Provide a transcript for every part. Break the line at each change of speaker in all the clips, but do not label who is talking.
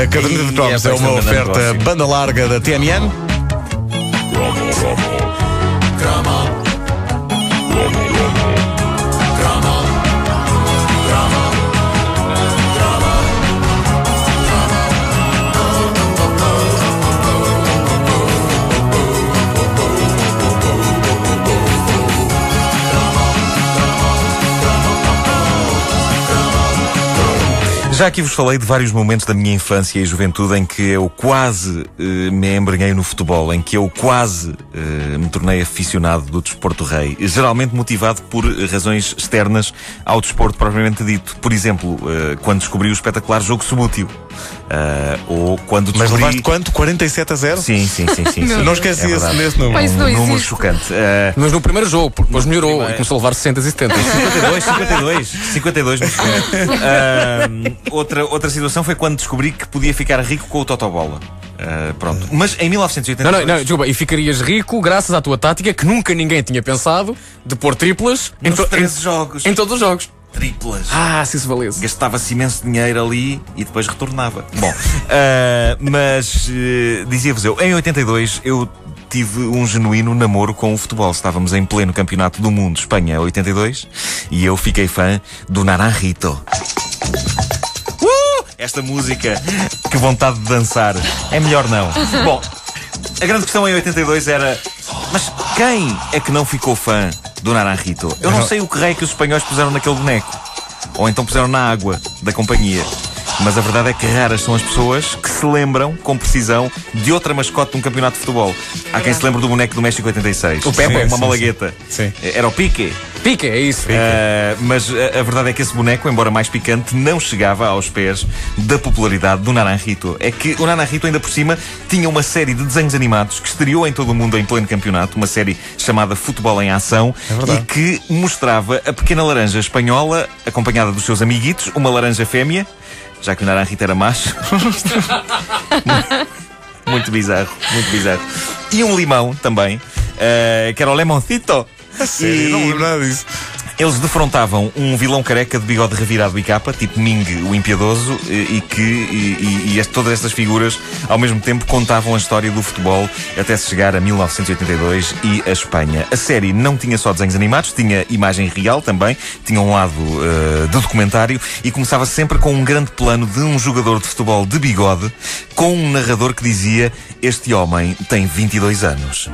A caderneta de Cromos é,
é
uma
um grande
oferta
negócio.
banda larga da TMN.
Já aqui vos falei de vários momentos da minha infância e juventude em que eu quase eh, me embrenhei no futebol, em que eu quase eh, me tornei aficionado do desporto rei, geralmente motivado por eh, razões externas ao desporto propriamente dito. Por exemplo, eh, quando descobri o espetacular jogo subútil, Ah, ou quando
Mas
descobri...
levaste quanto? 47 a 0?
Sim, sim, sim, sim. sim.
Não esqueci esse-
É verdade.
desse número.
É
Pois
um
não
número
existe.
chocante. Ah,
Mas no primeiro jogo, porque depois melhorou e começou a levar 60 e 70.
52, 52, 52 no segundo. Ahm, outra, outra situação foi quando descobri que podia ficar rico com o Totobola. Ah, pronto. Mas em
Não, não,
1982.
não, desculpa, e ficarias rico graças à tua tática que nunca ninguém tinha pensado de pôr triplas em,
Nos
to-
13 jogos.
em- em todos os jogos.
Triplas.
Ah, se isso valesse.
Gastava-se imenso dinheiro ali e depois retornava. Bom, ah, mas eh, dizia-vos eu, em 82 eu tive um genuíno namoro com o futebol. Estávamos em pleno campeonato do mundo, Espanha 82, e eu fiquei fã do Naranjito. Uh! Esta música, que vontade de dançar. É melhor não. Bom, a grande questão em 82 era: mas quem é que não ficou fã do Naranjito? Eu não sei o que rei que os espanhóis puseram naquele boneco. Ou então puseram na água da companhia. Mas a verdade é que raras são as pessoas que se lembram, com precisão, de outra mascote de um campeonato de futebol. Há quem se lembre do boneco do México 86.
O Pepe?
Sim,
Sim,
Uma
sim.
malagueta.
Sim.
Era o Pique.
Pica, é isso.
Uh, mas a, a verdade é que esse boneco, embora mais picante, não chegava aos pés da popularidade do Naranjito. É que o Naranjito, ainda por cima, tinha uma série de desenhos animados que estreou em todo o mundo em pleno campeonato, uma série chamada Futebol em Ação, e que mostrava a pequena laranja espanhola, acompanhada dos seus amiguitos, uma laranja fêmea, já que o Naranjito era macho. muito bizarro, muito bizarro. E um limão também, uh, que era o Lemoncito.
Sério,
E-
não me lembro nada disso.
eles defrontavam um vilão careca de bigode revirado e capa, tipo Ming, o impiedoso, e, e que e, e- e as- todas estas figuras, ao mesmo tempo, contavam a história do futebol até se chegar a 1982 e a Espanha. A série não tinha só desenhos animados, tinha imagem real também, tinha um lado eh, de documentário e começava sempre com um grande plano de um jogador de futebol de bigode com um narrador que dizia: Este homem tem 22 anos.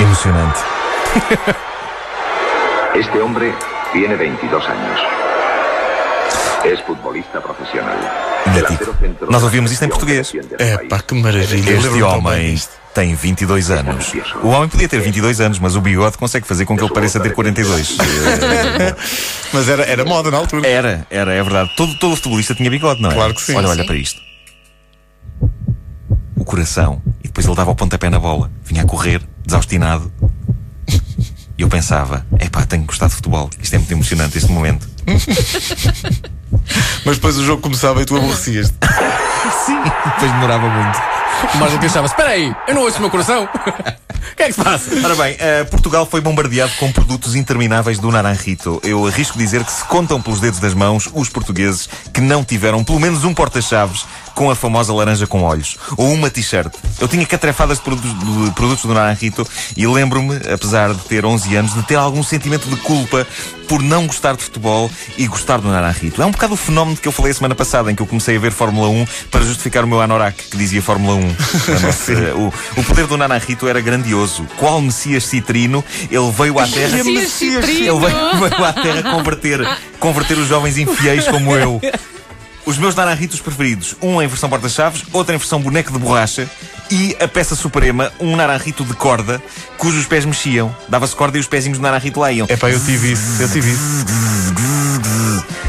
Emocionante.
Este hombre tiene 22 años. Es futbolista profissional.
Mítico. Nós ouvimos isto em português.
É pá, que maravilha. Eu
Este
lembro-me tão bem
homem
disto.
tem 22 anos. O homem podia ter 22 anos, mas o bigode consegue fazer com que ele pareça ter 42.
Mas era, era moda na altura.
Era, era, é verdade. Todo, todo futebolista tinha bigode, não é?
Claro que sim.
Olha,
Sim.
olha para isto. O coração. E depois ele dava o pontapé na bola. Vinha a correr, desaustinado. E eu pensava, epá, tenho que gostar de futebol. Isto é muito emocionante, este momento.
Mas depois o jogo começava e tu aborrecias.
Sim. Depois demorava muito.
O Margem que achava, espera aí, eu não ouço o meu coração. O que é que se passa?
Ora bem, eh, Portugal foi bombardeado com produtos intermináveis do Naranjito. Eu arrisco dizer que se contam pelos dedos das mãos os portugueses que não tiveram pelo menos um porta-chaves com a famosa laranja com olhos. Ou uma t-shirt. Eu tinha catrefadas de produtos, de produtos do Naranjito e lembro-me, apesar de ter 11 anos, de ter algum sentimento de culpa por não gostar de futebol e gostar do Naranjito. É um bocado o fenómeno que eu falei a semana passada, em que eu comecei a ver Fórmula 1 para justificar o meu anorak, que dizia Fórmula 1. Lembra-se? o, o poder do Naranjito era grandioso. Qual Messias Citrino, ele veio à Terra...
Messias
Ele
Citrino.
veio, veio à Terra converter, converter os jovens infiéis como eu. Os meus naranjitos preferidos, um em versão porta-chaves, outro em versão boneco de borracha e a peça suprema, um naranjito de corda, cujos pés mexiam. Dava-se corda e os pezinhos do naranjito lá iam.
É pá, eu tive isso. Eu tive isso.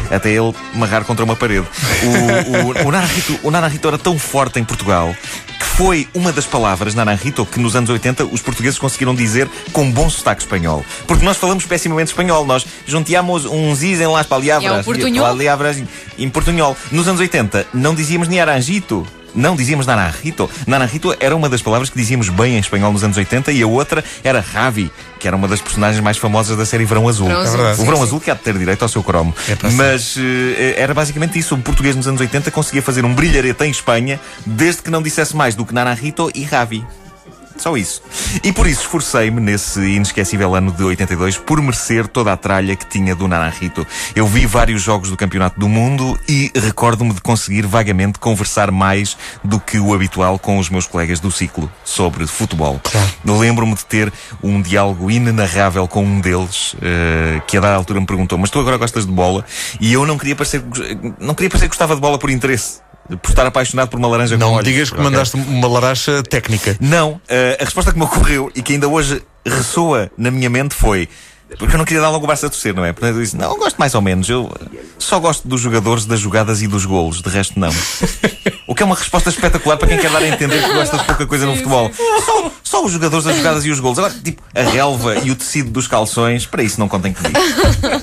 Até ele marrar contra uma parede. O, o, o, naranjito, o naranjito era tão forte em Portugal que foi uma das palavras, naranjito, que nos anos 80 os portugueses conseguiram dizer com bom sotaque espanhol. Porque nós falamos pessimamente espanhol, nós junteámos uns is em las
É o
palavras,
portunhol.
palavras em portunhol. Nos anos 80 não dizíamos naranjito. Não dizíamos naranjito. Naranjito era uma das palavras que dizíamos bem em espanhol nos anos 80 e a outra era Ravi, que era uma das personagens mais famosas da série Verão Azul.
Verão É Azul,
verdade.
o
sim,
um Verão
sim.
Azul que há de ter direito ao seu cromo.
É para
Mas eh, era basicamente isso. O português nos anos 80 conseguia fazer um brilharete em Espanha desde que não dissesse mais do que Naranjito e Ravi. Só isso. E por isso esforcei-me nesse inesquecível ano de 82 por merecer toda a tralha que tinha do Naranjito. Eu vi vários jogos do Campeonato do Mundo e recordo-me de conseguir vagamente conversar mais do que o habitual com os meus colegas do ciclo sobre futebol. Lembro-me de ter um diálogo inenarrável com um deles eh, que a dada altura me perguntou: Mas tu agora gostas de bola? E eu não queria parecer, não queria parecer que gostava de bola por interesse. Por estar apaixonado por uma laranja com
Não
olhos.
digas que
Ok.
mandaste uma laracha técnica.
Não, eh, a resposta que me ocorreu e que ainda hoje ressoa na minha mente foi. Porque eu não queria dar logo o braço a torcer, não é? Portanto, eu disse, não, eu gosto mais ou menos. Eu eh, só gosto dos jogadores, das jogadas e dos golos, de resto não. o que é uma resposta espetacular para quem quer dar a entender que gosta de pouca coisa no futebol. Só, só os jogadores, as jogadas e os golos. Agora, tipo, a relva e o tecido dos calções, para isso não contem comigo.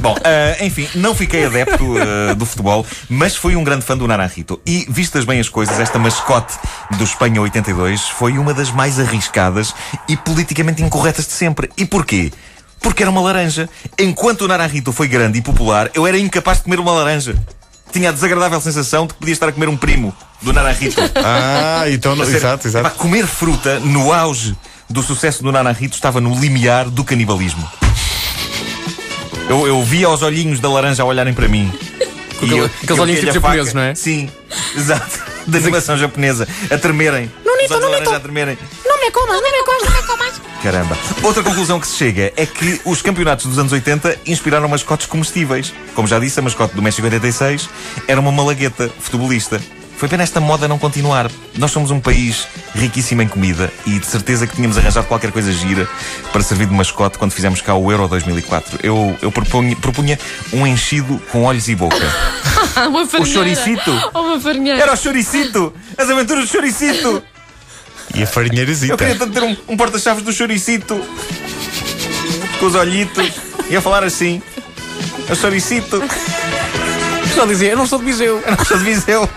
Bom, ah, enfim, não fiquei adepto ah, do futebol, mas fui um grande fã do Naranjito. E, vistas bem as coisas, esta mascote do Espanha 82 foi uma das mais arriscadas e politicamente incorretas de sempre. E porquê? Porque era uma laranja. Enquanto o Naranjito foi grande e popular, eu era incapaz de comer uma laranja. Tinha a desagradável sensação de que podia estar a comer um primo do Naranjito.
Ah, então não.
Sério.
Exato,
Epá,
exato.
comer fruta no auge do sucesso do Naranjito estava no limiar do canibalismo. Eu, eu via os olhinhos da laranja a olharem para mim. E
aquele-
eu-
aqueles
eu
olhinhos
dei-lhe
tipo
a faca.
japoneses, não é?
Sim, exato. Da animação japonesa, a tremerem. Os olhos da laranja a tremerem.
Não me comas, não me comas, não me comas.
Caramba. Outra conclusão que se chega é que os campeonatos dos anos 80 inspiraram mascotes comestíveis. Como já disse, a mascote do México 86 era uma malagueta futebolista. Foi pena esta moda não continuar. Nós somos um país riquíssimo em comida e de certeza que tínhamos arranjado qualquer coisa gira para servir de mascote quando fizemos cá o Euro 2004. Eu, eu propunha, propunha um enchido com olhos e boca.
Ah, uma farinheira.
choricito?
Oh, uma farinheira.
Era o Choricito! As aventuras do Choricito!
E a farinheirazita.
Eu queria tanto ter um, um porta-chaves do choricito com os olhitos e a falar assim. Eu choricito,
Só dizia, eu não sou de Viseu.
eu sou de Viseu.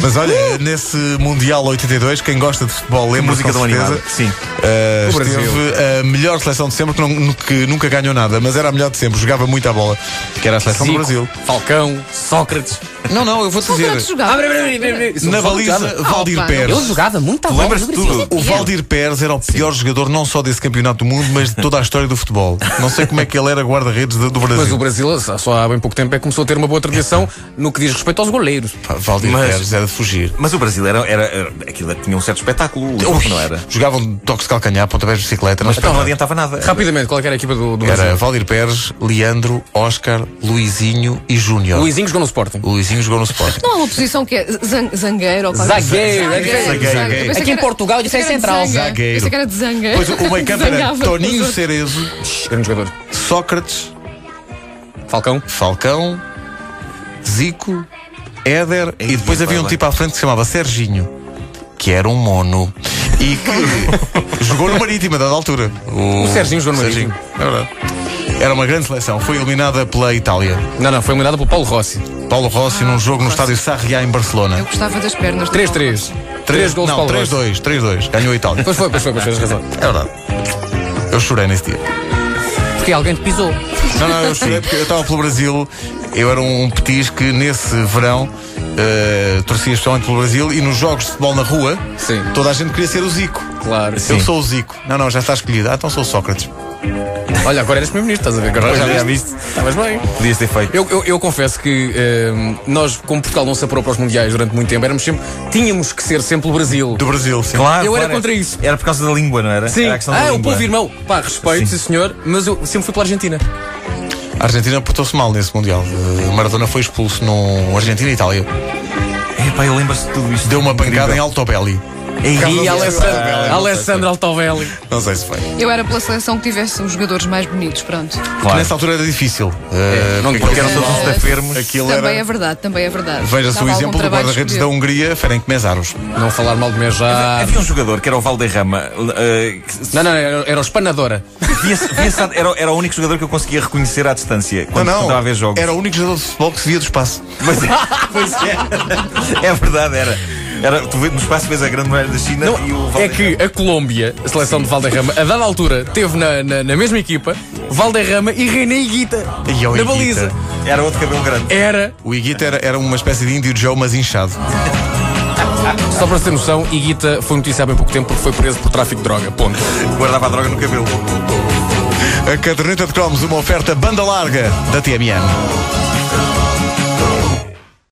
Mas olha, nesse Mundial 82, quem gosta de futebol lembra
Música
com
tão
certeza.
animada. Sim.
Uh,
O Brasil.
esteve a melhor seleção de sempre que, não- que nunca ganhou nada, mas era a melhor de sempre, jogava muito à bola, que era a seleção
Zico,
do Brasil.
Falcão, Sócrates.
Não, não, eu vou-te
Como é que jogava?
Abre, abre, abre, abre. Isso
Na
não fala
baliza,
nada.
Valdir
Ah, opa,
Pérez.
Ele jogava muito à
Tu
bola.
lembras-te
no
de
Brasil.
O Valdir Pérez era o pior jogador não só desse campeonato do mundo, mas de toda a história do futebol. Não sei como é que ele era guarda-redes do, do
Mas
Brasil.
o Brasil, só- só há bem pouco tempo, é que começou a ter uma boa tradição no que diz respeito aos goleiros.
Pá, Valdir
Mas-
Pérez era de fugir.
Mas o Brasil era, era, era- aquilo tinha um certo espetáculo, o
é
jogo, não era?
Jogavam de toques de calcanhar, pontapés de bicicleta, mas
Então não adiantava nada.
Rapidamente, qual é que era a equipa do, do
era
Brasil?
Valdir Pérez, Leandro, Oscar, Luizinho e Júnior.
Luizinho jogou no Sporting.
O Luizinho jogou no Sporting.
Não há uma posição que é zan- zangueiro ou qualquer
Zagueiro, é
Zagueiro,
diferente.
Zagueiro.
zagueiro. Eu pensei
Aqui
que
em
era-
Portugal,
pensei
isso é
que era de
central.
zanga.
Zagueiro.
Pensei que era de zanga.
Pois o meio campo era
Zangava.
Toninho Cerezo,
Grande jogador.
Sócrates,
Falcão.
Falcão, Zico, Éder e depois
vai
havia um
lá.
tipo à frente que se chamava Serginho, que era um mono e que jogou no Marítimo a dada altura.
O Serginho jogou no
É verdade. Era uma grande seleção, foi eliminada pela Itália.
Não, não, foi eliminado pelo Paulo Rossi.
Paulo Rossi num jogo no estádio Sarriá em
Eu
Barcelona.
gostava das pernas. do
3-3.
Três-
3 gols de
não,
Paulo Rossi.
3-2, 3-2, ganhou a Itália.
Pois foi, pois foi, pois foi, tens razão.
É verdade. Eu chorei nesse dia.
Porque alguém te pisou.
Não, não, eu chorei porque eu estava pelo Brasil. Eu era um petis que nesse verão eh, torcia especialmente pelo Brasil e nos jogos de futebol na rua
Sim.
toda a gente queria ser o Zico.
Claro.
Eu sou o Zico. Não, não, já está escolhido. Ah, então sou o Sócrates.
Olha, agora eras primeiro-ministro, estás a ver? Agora
Pois, já
é, viste. Estavas bem.
Podias ter feito.
Eu, eu- eu confesso que ehm, nós, como Portugal não se apurou para os mundiais durante muito tempo, éramos sempre, tínhamos que ser sempre o Brasil.
Do Brasil, sim.
Claro,
Eu era
claro,
contra isso.
Era por causa da língua, não era?
Sim,
Era a questão da
ah, o
língua.
povo irmão. Pá, respeito,
Sim.
sim. senhor, mas eu sempre fui pela Argentina.
A Argentina portou-se mal nesse Mundial. Eh, Maradona foi expulso no Argentina e Itália.
Epá, eu lembro-se de tudo isto.
Deu uma
Incrível.
pancada em Altobelli.
é
E
Não sei se foi Altovelli, não sei
Alessandra,
se
Alessandra Altovelli.
foi. Não sei se foi.
Eu era pela seleção que tivesse os jogadores mais bonitos, pronto.
Claro. É.
Nessa altura era difícil. Uh,
não
porque
pode.
Porque eram todos uns tafermos.
aquilo
também
era.
é verdade, também é verdade.
Veja-se o
Dava algum
exemplo do
trabalho
guarda-redes da
escolher.
Hungria, Ferenc Mesaros.
Não falar mal de mim já.
Havia um jogador que era o Valderrama. eh, que se-
Não, não, não, era, era o Espanadora.
via-se- via-se à- era, era o único jogador que eu conseguia reconhecer à distância
Não,
quando quando estava a
não.
ver jogos.
Era o único jogador de futebol que se via do espaço.
Mas, pois é. É verdade, era. era tu vê- no espaço fez a grande muralha da China
Não,
e o
é
Valderrama.
que a Colômbia, a seleção de Valderrama, a dada altura, teve na, na, na mesma equipa Valderrama e René Higuita
E ao
na
Higuita.
baliza.
Era outro cabelo grande.
Era,
O Higuita era, era uma espécie de índio Joe, mas inchado.
só para se ter noção, Higuita foi notícia há bem pouco tempo porque foi preso por tráfico de droga. Ponto.
Guardava a droga no cabelo.
A caderneta de cromos, uma oferta banda larga da TMN.